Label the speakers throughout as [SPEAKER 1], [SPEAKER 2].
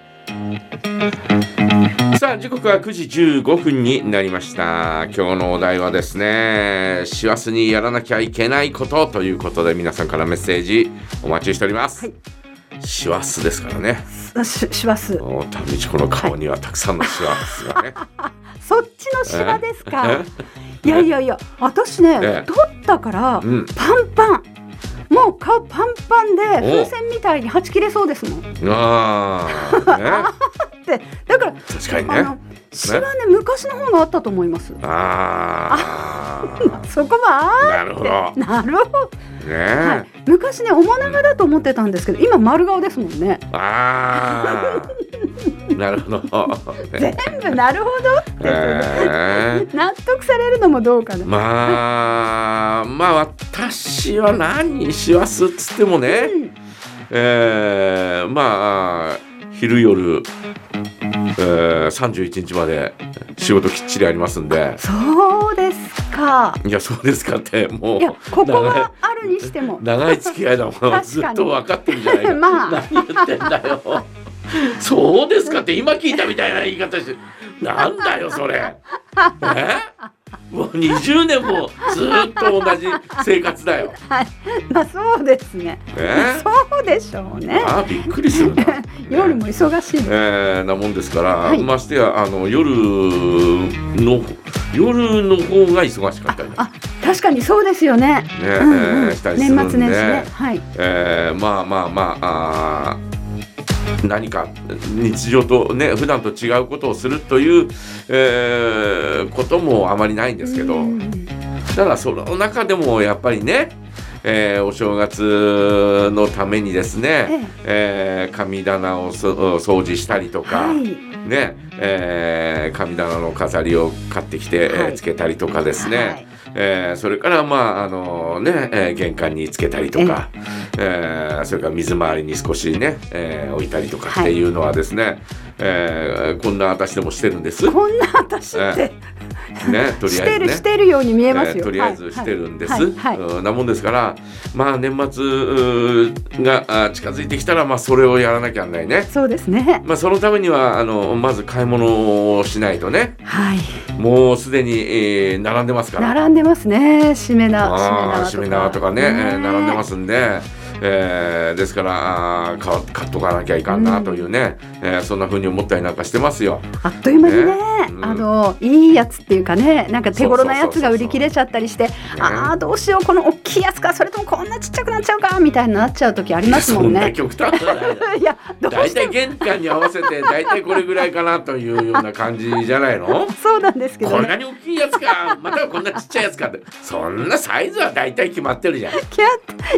[SPEAKER 1] さあ時刻は9時15分になりました今日のお題はですね師走にやらなきゃいけないことということで皆さんからメッセージお待ちしております、師走ですからね
[SPEAKER 2] しします。
[SPEAKER 1] お田道子の顔にはたくさんの師走がね
[SPEAKER 2] そっちのシワですか。いやいやいや、私ね、
[SPEAKER 1] ええ
[SPEAKER 2] 取ったから、
[SPEAKER 1] うん
[SPEAKER 2] パンパン。もう顔パンパンで
[SPEAKER 1] お
[SPEAKER 2] 風船みたいにはち切れそうですもん。だ
[SPEAKER 1] ああ、ね、
[SPEAKER 2] から、
[SPEAKER 1] 確かに
[SPEAKER 2] あ
[SPEAKER 1] ね
[SPEAKER 2] のシワね昔の方があったと思います。
[SPEAKER 1] ああ
[SPEAKER 2] そこは
[SPEAKER 1] なるほどね
[SPEAKER 2] なるほど、はい、昔ねおもながだと思ってたんですけど今丸顔ですもんね
[SPEAKER 1] ああなるほど、 ね
[SPEAKER 2] 全部なるほどって言ってね、
[SPEAKER 1] えー
[SPEAKER 2] 納得されるのもどうかな、
[SPEAKER 1] まあまあ私は何にしますっつってもね、
[SPEAKER 2] うん
[SPEAKER 1] えーまあ昼夜、えー、31日まで仕事きっちりありますんで
[SPEAKER 2] そうですか
[SPEAKER 1] いやそうですかってもう
[SPEAKER 2] いやここはあるにしても
[SPEAKER 1] 長い長い付き合いだも
[SPEAKER 2] か
[SPEAKER 1] ん
[SPEAKER 2] に
[SPEAKER 1] ずっと分かってるじゃないか、
[SPEAKER 2] まあ
[SPEAKER 1] 何言ってんだよそうですかって今聞いたみたいな言い方してなんだよそ れえもう20年もずっと同じ生活だよ、
[SPEAKER 2] まあそうですね。
[SPEAKER 1] え
[SPEAKER 2] そうでしょうね。
[SPEAKER 1] ああびっくりするな
[SPEAKER 2] 夜も忙しいです。
[SPEAKER 1] えー、なもんですから、
[SPEAKER 2] はい
[SPEAKER 1] ましてやあの夜の夜の方が忙しかったりね
[SPEAKER 2] あ、確かにそうですよね。
[SPEAKER 1] え
[SPEAKER 2] うんう
[SPEAKER 1] え
[SPEAKER 2] ん
[SPEAKER 1] ーしたりするんで
[SPEAKER 2] 年末年始ね。はい。
[SPEAKER 1] えーまあまあまああー何か日常とね普段と違うことをするという、えーこともあまりないんですけど
[SPEAKER 2] うんうん
[SPEAKER 1] ただその中でもやっぱりね、えーお正月のためにですね、えー神棚をそ掃除したりとか。
[SPEAKER 2] はい。
[SPEAKER 1] ねえー神棚の飾りを買ってきて、えー
[SPEAKER 2] はい
[SPEAKER 1] つけたりとかですね、
[SPEAKER 2] はい
[SPEAKER 1] えーそれからまああのね、えー玄関につけたりとか、えーそれから水回りに少しね、えー置いたりとかっていうのはですね、えーこんな私でもしてるんです。ね
[SPEAKER 2] こんな私って
[SPEAKER 1] とり
[SPEAKER 2] し
[SPEAKER 1] あえ
[SPEAKER 2] て
[SPEAKER 1] ずね
[SPEAKER 2] る。してるように見えます
[SPEAKER 1] えー
[SPEAKER 2] よ。
[SPEAKER 1] とりあえずしてるんです、
[SPEAKER 2] はいはいはい
[SPEAKER 1] うんなもんですからまあ年末うーがあ近づいてきたらまあそれをやらなきゃなんないね
[SPEAKER 2] そうですね。
[SPEAKER 1] まあそのためにはあのまず買い物をしないとね
[SPEAKER 2] はい。
[SPEAKER 1] もうすでに、えー並んでますから。
[SPEAKER 2] 並んでますね。しめ
[SPEAKER 1] あ
[SPEAKER 2] 縄
[SPEAKER 1] あ、
[SPEAKER 2] し
[SPEAKER 1] し
[SPEAKER 2] め
[SPEAKER 1] め
[SPEAKER 2] 縄
[SPEAKER 1] 縄
[SPEAKER 2] と
[SPEAKER 1] と
[SPEAKER 2] か。。
[SPEAKER 1] かね、えー並んでますすんで、えーですから、あー買わ買っとかなきゃいかんなというね、えーそんな風に思ったりなんかしてますよ。
[SPEAKER 2] あっという間にね
[SPEAKER 1] ねうん
[SPEAKER 2] あのいいやつっていうかねなんか手頃なやつが売り切れちゃったりしてああどうしようこの大きいやつかそれともこんなちっちゃくなっちゃうかみたいになっちゃう時ありますもん
[SPEAKER 1] そんな
[SPEAKER 2] ね。
[SPEAKER 1] 極端じゃない。
[SPEAKER 2] いやどう
[SPEAKER 1] 大
[SPEAKER 2] して
[SPEAKER 1] 体
[SPEAKER 2] も
[SPEAKER 1] 玄関に合わせて、大体これぐらいかなというような感じじゃないの
[SPEAKER 2] そうなんですけ
[SPEAKER 1] こ
[SPEAKER 2] ど
[SPEAKER 1] ん
[SPEAKER 2] ね
[SPEAKER 1] なに大きいやつか、またはこんなちっちゃいやつかって、そんなサイズは大体決まってるじゃん。
[SPEAKER 2] キャ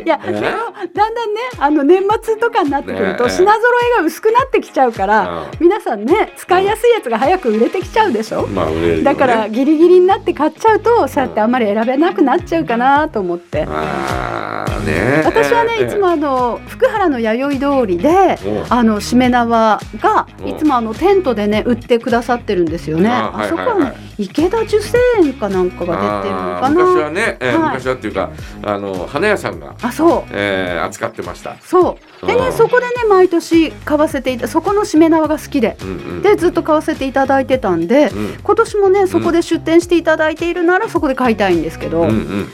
[SPEAKER 2] ッいや
[SPEAKER 1] え
[SPEAKER 2] でもだんだんねあの年末とかになってくると
[SPEAKER 1] ねえ
[SPEAKER 2] 品揃えが薄くなってきちゃうから、
[SPEAKER 1] うん
[SPEAKER 2] 皆さんね使いやすいやつが早く売れてきちゃうでしょ、
[SPEAKER 1] まあ、売れるよ、ね。
[SPEAKER 2] だからギリギリになって買っちゃうとそうやってあんまり選べなくなっちゃうかなと思って。
[SPEAKER 1] ああ、ね。
[SPEAKER 2] 私はね、
[SPEAKER 1] えー
[SPEAKER 2] いつもあの福原の弥生通りで
[SPEAKER 1] おう
[SPEAKER 2] あのしめ縄が
[SPEAKER 1] うん
[SPEAKER 2] いつもあのテントでね売ってくださってるんですよね。
[SPEAKER 1] あ
[SPEAKER 2] あ
[SPEAKER 1] はい
[SPEAKER 2] そこ
[SPEAKER 1] はいはい
[SPEAKER 2] はね池田受精園かなんかが出てるの
[SPEAKER 1] あ
[SPEAKER 2] か
[SPEAKER 1] ー昔は
[SPEAKER 2] な。
[SPEAKER 1] ね、えー
[SPEAKER 2] はい
[SPEAKER 1] 昔はっていうかあの花屋さんが、
[SPEAKER 2] あ、そう。
[SPEAKER 1] えー扱ってました。
[SPEAKER 2] そうで
[SPEAKER 1] う
[SPEAKER 2] ね
[SPEAKER 1] ん
[SPEAKER 2] そこでね毎年買わせていたそこのしめ縄が好きで
[SPEAKER 1] うんうん、
[SPEAKER 2] でずっと買わせていただいてたんで
[SPEAKER 1] うん
[SPEAKER 2] 今年もねそこで出店していただいているならそこで買いたいんですけど、
[SPEAKER 1] うんうん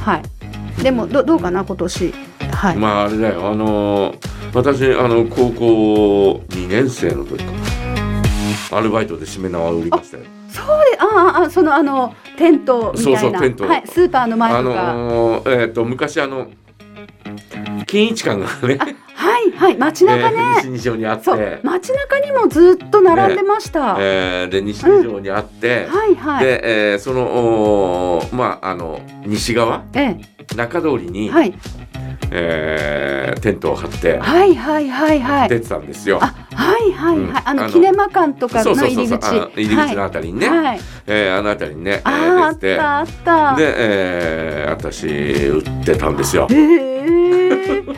[SPEAKER 2] はいでもどどうかな今年はい、
[SPEAKER 1] まああれだよあのー私あの高校2年生の時かなアルバイトでしめ縄を売りましたよ。
[SPEAKER 2] そうであああそのあのテントみたいな
[SPEAKER 1] そうそうテント
[SPEAKER 2] はい、スーパーの前
[SPEAKER 1] あ
[SPEAKER 2] とか、
[SPEAKER 1] のーえっ、と昔あの金一館がね、
[SPEAKER 2] はいはい街
[SPEAKER 1] え
[SPEAKER 2] 中ね、
[SPEAKER 1] ー西二条にあっ
[SPEAKER 2] そう
[SPEAKER 1] て、
[SPEAKER 2] 街中にもずっと並んでました、
[SPEAKER 1] えーで西二条にあって、
[SPEAKER 2] はいはい
[SPEAKER 1] で、えーそのおーまああの西側
[SPEAKER 2] え
[SPEAKER 1] 中通りに、
[SPEAKER 2] え、はい
[SPEAKER 1] えーテントを張って
[SPEAKER 2] はいはいはいはい
[SPEAKER 1] 出てたんですよ。
[SPEAKER 2] あはいはいはい、あ
[SPEAKER 1] うんあ
[SPEAKER 2] の
[SPEAKER 1] の
[SPEAKER 2] キネマ館とか
[SPEAKER 1] そ
[SPEAKER 2] の
[SPEAKER 1] うそう
[SPEAKER 2] 入
[SPEAKER 1] そう
[SPEAKER 2] り
[SPEAKER 1] そう
[SPEAKER 2] 口
[SPEAKER 1] あの入り
[SPEAKER 2] はい
[SPEAKER 1] 口のあたりにね、
[SPEAKER 2] はい、
[SPEAKER 1] えーあのあたりにね、えー
[SPEAKER 2] あーあっ
[SPEAKER 1] 出てて
[SPEAKER 2] たあった。
[SPEAKER 1] で、えー私売ってたんですよ
[SPEAKER 2] へ。えー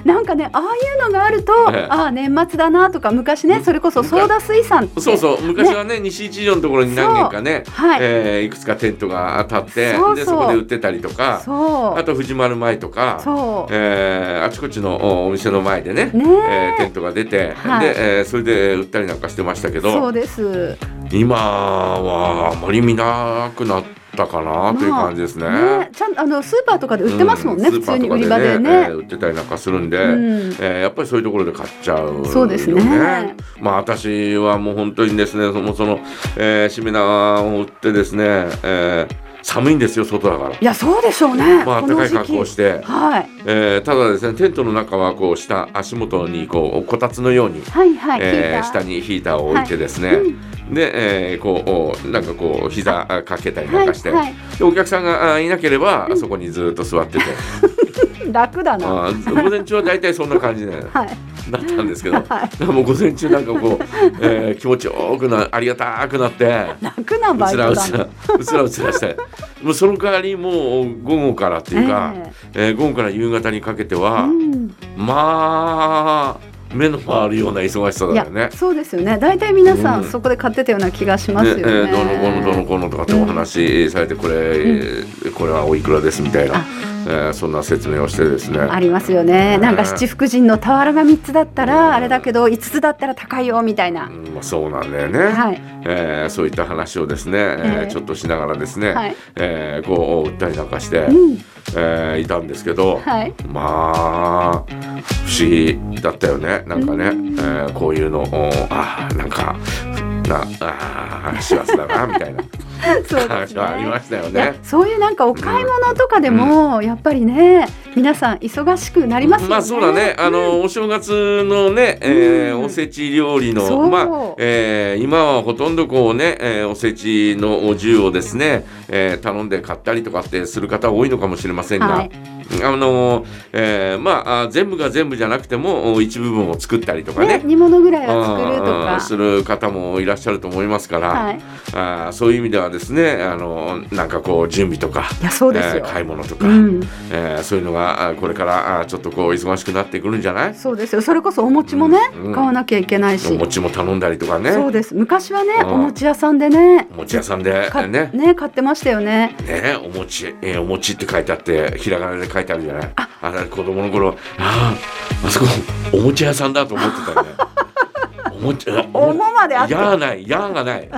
[SPEAKER 2] なんかねああいうのがあると、
[SPEAKER 1] ええ
[SPEAKER 2] ああ年末だなとか昔ねそれこそソーダ水産って
[SPEAKER 1] そうそう昔はね西一条のところに何軒かね、
[SPEAKER 2] はい
[SPEAKER 1] えーいくつかテントが当たって
[SPEAKER 2] そうそう
[SPEAKER 1] でそこで売ってたりとか
[SPEAKER 2] そう
[SPEAKER 1] あと藤丸前とか
[SPEAKER 2] そう
[SPEAKER 1] えーあちこちのおお店の前でね
[SPEAKER 2] ね
[SPEAKER 1] えーテントが出て、
[SPEAKER 2] はい
[SPEAKER 1] で、えーそれで売ったりなんかしてましたけ
[SPEAKER 2] そう
[SPEAKER 1] ど
[SPEAKER 2] です
[SPEAKER 1] 今はあまり見なくなったかなという感じですね。
[SPEAKER 2] ねちゃんとあのスーパーとかで売ってますもんね、
[SPEAKER 1] う
[SPEAKER 2] 普通に売り
[SPEAKER 1] スーパ
[SPEAKER 2] 場
[SPEAKER 1] ーとかで
[SPEAKER 2] でね、
[SPEAKER 1] えー売ってたりなんかするんで、
[SPEAKER 2] うん
[SPEAKER 1] えーやっぱりそういうところで買っちゃうよ、ね、
[SPEAKER 2] そうですね
[SPEAKER 1] まあ私はもう本当にですねそのその、えー、しめ縄を売ってですね、えー寒いんですよ外だから。
[SPEAKER 2] いやそうでしょうね、
[SPEAKER 1] まあ
[SPEAKER 2] こ
[SPEAKER 1] 暖
[SPEAKER 2] の
[SPEAKER 1] かい
[SPEAKER 2] 時
[SPEAKER 1] 格好を
[SPEAKER 2] 期
[SPEAKER 1] して、
[SPEAKER 2] はい
[SPEAKER 1] えーただですねテントの中はこう下足元にこうこたつのように
[SPEAKER 2] はいはい、
[SPEAKER 1] えー
[SPEAKER 2] ヒータ
[SPEAKER 1] 下
[SPEAKER 2] ー
[SPEAKER 1] にヒーターを置いてですね、で、えーこうおなんかこう膝あかけたりなんかして、
[SPEAKER 2] はいはい
[SPEAKER 1] でお客さんがあいなければ、そこにずっと座ってて
[SPEAKER 2] 楽だな
[SPEAKER 1] あー午前中は大体そんな感じでだ
[SPEAKER 2] はい
[SPEAKER 1] ったんですけど、
[SPEAKER 2] は
[SPEAKER 1] もう午前中なんかこう、えー気持ちよくなありがたくなって。
[SPEAKER 2] 楽な
[SPEAKER 1] う
[SPEAKER 2] バイ
[SPEAKER 1] つ
[SPEAKER 2] ト
[SPEAKER 1] ら
[SPEAKER 2] だ
[SPEAKER 1] うつらうつらうつらしてもうその代わりもう午後からっていうか、えー午後から夕方にかけては、
[SPEAKER 2] うん
[SPEAKER 1] まあ目の回るような忙しさ
[SPEAKER 2] い
[SPEAKER 1] だ
[SPEAKER 2] や
[SPEAKER 1] よね。
[SPEAKER 2] そうですよね大体皆さん
[SPEAKER 1] うん
[SPEAKER 2] そこで買ってたような気がしま
[SPEAKER 1] ね
[SPEAKER 2] すよね
[SPEAKER 1] えーどのこのどのこのとかってお話しされてこれ、えーこれはおいくらですみたいな
[SPEAKER 2] あ、
[SPEAKER 1] えーそんな説明をしてですね
[SPEAKER 2] ありますよね
[SPEAKER 1] ね
[SPEAKER 2] なんか七福神の俵が3つだった
[SPEAKER 1] うん
[SPEAKER 2] らあれだけど5つだったら高いよみたいな
[SPEAKER 1] うんまあ、そうなんだよね、
[SPEAKER 2] はい
[SPEAKER 1] えーそういった話をですね、えー
[SPEAKER 2] ええ
[SPEAKER 1] ちょっとしながらですね、
[SPEAKER 2] はい
[SPEAKER 1] えーこう売ったりなんかして、
[SPEAKER 2] うん
[SPEAKER 1] えーいたんですけど、
[SPEAKER 2] はい
[SPEAKER 1] まあ不思議だったよねなんかね、え
[SPEAKER 2] うん
[SPEAKER 1] ーこういうのをあーなんかなあー幸せだなみたいな
[SPEAKER 2] そうで
[SPEAKER 1] 話
[SPEAKER 2] す
[SPEAKER 1] はあり
[SPEAKER 2] ね
[SPEAKER 1] ましたよ
[SPEAKER 2] いや
[SPEAKER 1] ね。
[SPEAKER 2] そういうなんかお買い物とかでもやっぱりね皆さん忙しくなりますよね。
[SPEAKER 1] あそうだね。あの、お正月のね、えー
[SPEAKER 2] うん
[SPEAKER 1] おせち料理の、
[SPEAKER 2] そう
[SPEAKER 1] まあ、えー今はほとんどこうね、えーおせちのお重をですね、えー頼んで買ったりとかってする方多いのかもしれませんが、
[SPEAKER 2] はい
[SPEAKER 1] あの、えーまああ、全部が全部じゃなくても、お一部分を作ったりとか
[SPEAKER 2] ね
[SPEAKER 1] ね。
[SPEAKER 2] 煮物ぐらいは作ると
[SPEAKER 1] あー
[SPEAKER 2] か。
[SPEAKER 1] する方もいらっしゃると思いますから、
[SPEAKER 2] はい。
[SPEAKER 1] あーそういう意味ではですねあのなんかこう準備とか
[SPEAKER 2] いやそうです
[SPEAKER 1] え
[SPEAKER 2] よ
[SPEAKER 1] ー。買い物とか、
[SPEAKER 2] うん、
[SPEAKER 1] えーそういうのがあーこれからあーちょっとこう忙しくなってくるんじゃない
[SPEAKER 2] そうですよ。それこそお餅もね、
[SPEAKER 1] うん
[SPEAKER 2] 買わなきゃいけないし
[SPEAKER 1] お。餅も頼んだりとかね
[SPEAKER 2] そうです。昔はね、
[SPEAKER 1] うん
[SPEAKER 2] お餅屋さんでね、
[SPEAKER 1] お餅屋さんで
[SPEAKER 2] か
[SPEAKER 1] ね
[SPEAKER 2] ね買ってましたよね。
[SPEAKER 1] ねお餅、えーお餅って書いてあってひらがなで書いてあるじゃないあれ子供の頃あああそこお餅屋さんだと思って たよねお餅あ
[SPEAKER 2] おもまであって
[SPEAKER 1] やーないやーがない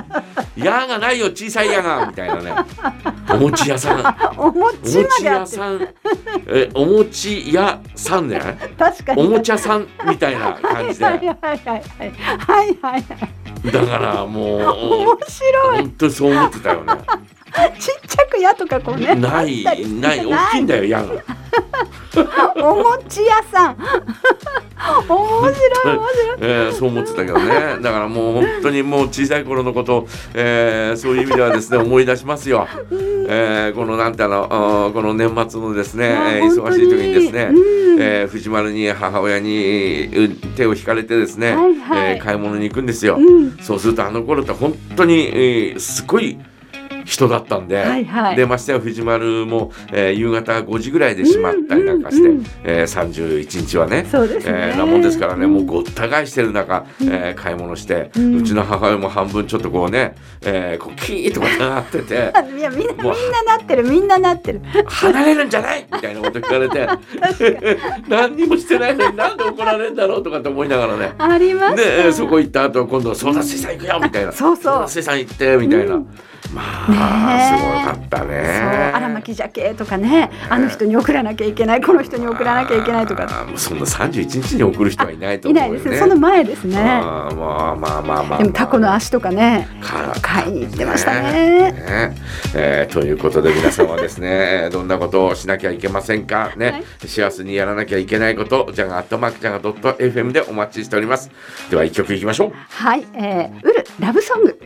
[SPEAKER 1] やーがないよ小さいやがみたいなねお餅屋 さん
[SPEAKER 2] お
[SPEAKER 1] お
[SPEAKER 2] 餅
[SPEAKER 1] 餅
[SPEAKER 2] まであ
[SPEAKER 1] 屋
[SPEAKER 2] って。
[SPEAKER 1] さんえお餅屋さんね
[SPEAKER 2] 確かに。
[SPEAKER 1] おもちゃさんみたいな
[SPEAKER 2] は
[SPEAKER 1] 感
[SPEAKER 2] い
[SPEAKER 1] じ
[SPEAKER 2] はい
[SPEAKER 1] で
[SPEAKER 2] はいはいはいはいはいはい。
[SPEAKER 1] だからも
[SPEAKER 2] 面
[SPEAKER 1] う
[SPEAKER 2] 白い。
[SPEAKER 1] 本当にそう思ってたよね
[SPEAKER 2] ちっちゃくやとかこうね。
[SPEAKER 1] ない
[SPEAKER 2] あったりして
[SPEAKER 1] ない大きいんだよ矢が
[SPEAKER 2] お餅屋さん。 面白い面白い。
[SPEAKER 1] えーそう思ってたけどねだからもう本当にもう小さい頃のこと、えーそういう意味では ですね思い出しますよ、えーこのなんてあのあーこの年末のです ね、え
[SPEAKER 2] あー
[SPEAKER 1] ー
[SPEAKER 2] 本
[SPEAKER 1] 忙
[SPEAKER 2] 当
[SPEAKER 1] し
[SPEAKER 2] に
[SPEAKER 1] い時にですね、
[SPEAKER 2] うん
[SPEAKER 1] えー藤丸に母親にう手を引かれてですね、
[SPEAKER 2] はいはい
[SPEAKER 1] えー買い物に行くんですよ、
[SPEAKER 2] うん
[SPEAKER 1] そうするとあの頃って本当に、えーすごい人だったんで、
[SPEAKER 2] はいはい
[SPEAKER 1] でましてや藤丸も、えー夕方5時ぐらいでしまったりなんかして、
[SPEAKER 2] うんうん
[SPEAKER 1] えー31日はね
[SPEAKER 2] そうですね
[SPEAKER 1] えーなもんですからね、
[SPEAKER 2] うん
[SPEAKER 1] もうごった返してる中、えー買い物して、う
[SPEAKER 2] うん
[SPEAKER 1] ちの母親も半分ちょっとこうね、えーこうキーッとかなって て
[SPEAKER 2] いやみんなみん
[SPEAKER 1] もう
[SPEAKER 2] ななってるみんななってる
[SPEAKER 1] 「離れるんじゃない!」みたいなこと聞かれて 何にもしてないのになんで怒られるんだろうとかって思いながらね。
[SPEAKER 2] あり ました
[SPEAKER 1] でえーそこ行った後今度はソーダ水産行くよみたいな
[SPEAKER 2] そうそう
[SPEAKER 1] ソーダ水産行ってみたいな、
[SPEAKER 2] うん
[SPEAKER 1] ま
[SPEAKER 2] ねえ
[SPEAKER 1] あすごかったね
[SPEAKER 2] そう荒牧鮭とかねあの人に送らなきゃいけないこの人に送らなきゃいけないとか
[SPEAKER 1] あーもうそんな31日に送る人はいないと
[SPEAKER 2] い
[SPEAKER 1] 思う
[SPEAKER 2] な
[SPEAKER 1] よ
[SPEAKER 2] い
[SPEAKER 1] ね
[SPEAKER 2] ですねその前ですね
[SPEAKER 1] あーまあまあまあまあ
[SPEAKER 2] でもタコの
[SPEAKER 1] 足
[SPEAKER 2] 足とかね買いに行ってましたね
[SPEAKER 1] ねえーということで皆さんはですね えーどんなことをしなきゃいけませんかね、
[SPEAKER 2] はい
[SPEAKER 1] 幸せにやらなきゃいけないことじゃがアットマークじゃがドット FM でお待ちしておりますでは一曲いきましょう
[SPEAKER 2] はい、えー、ウルラブソング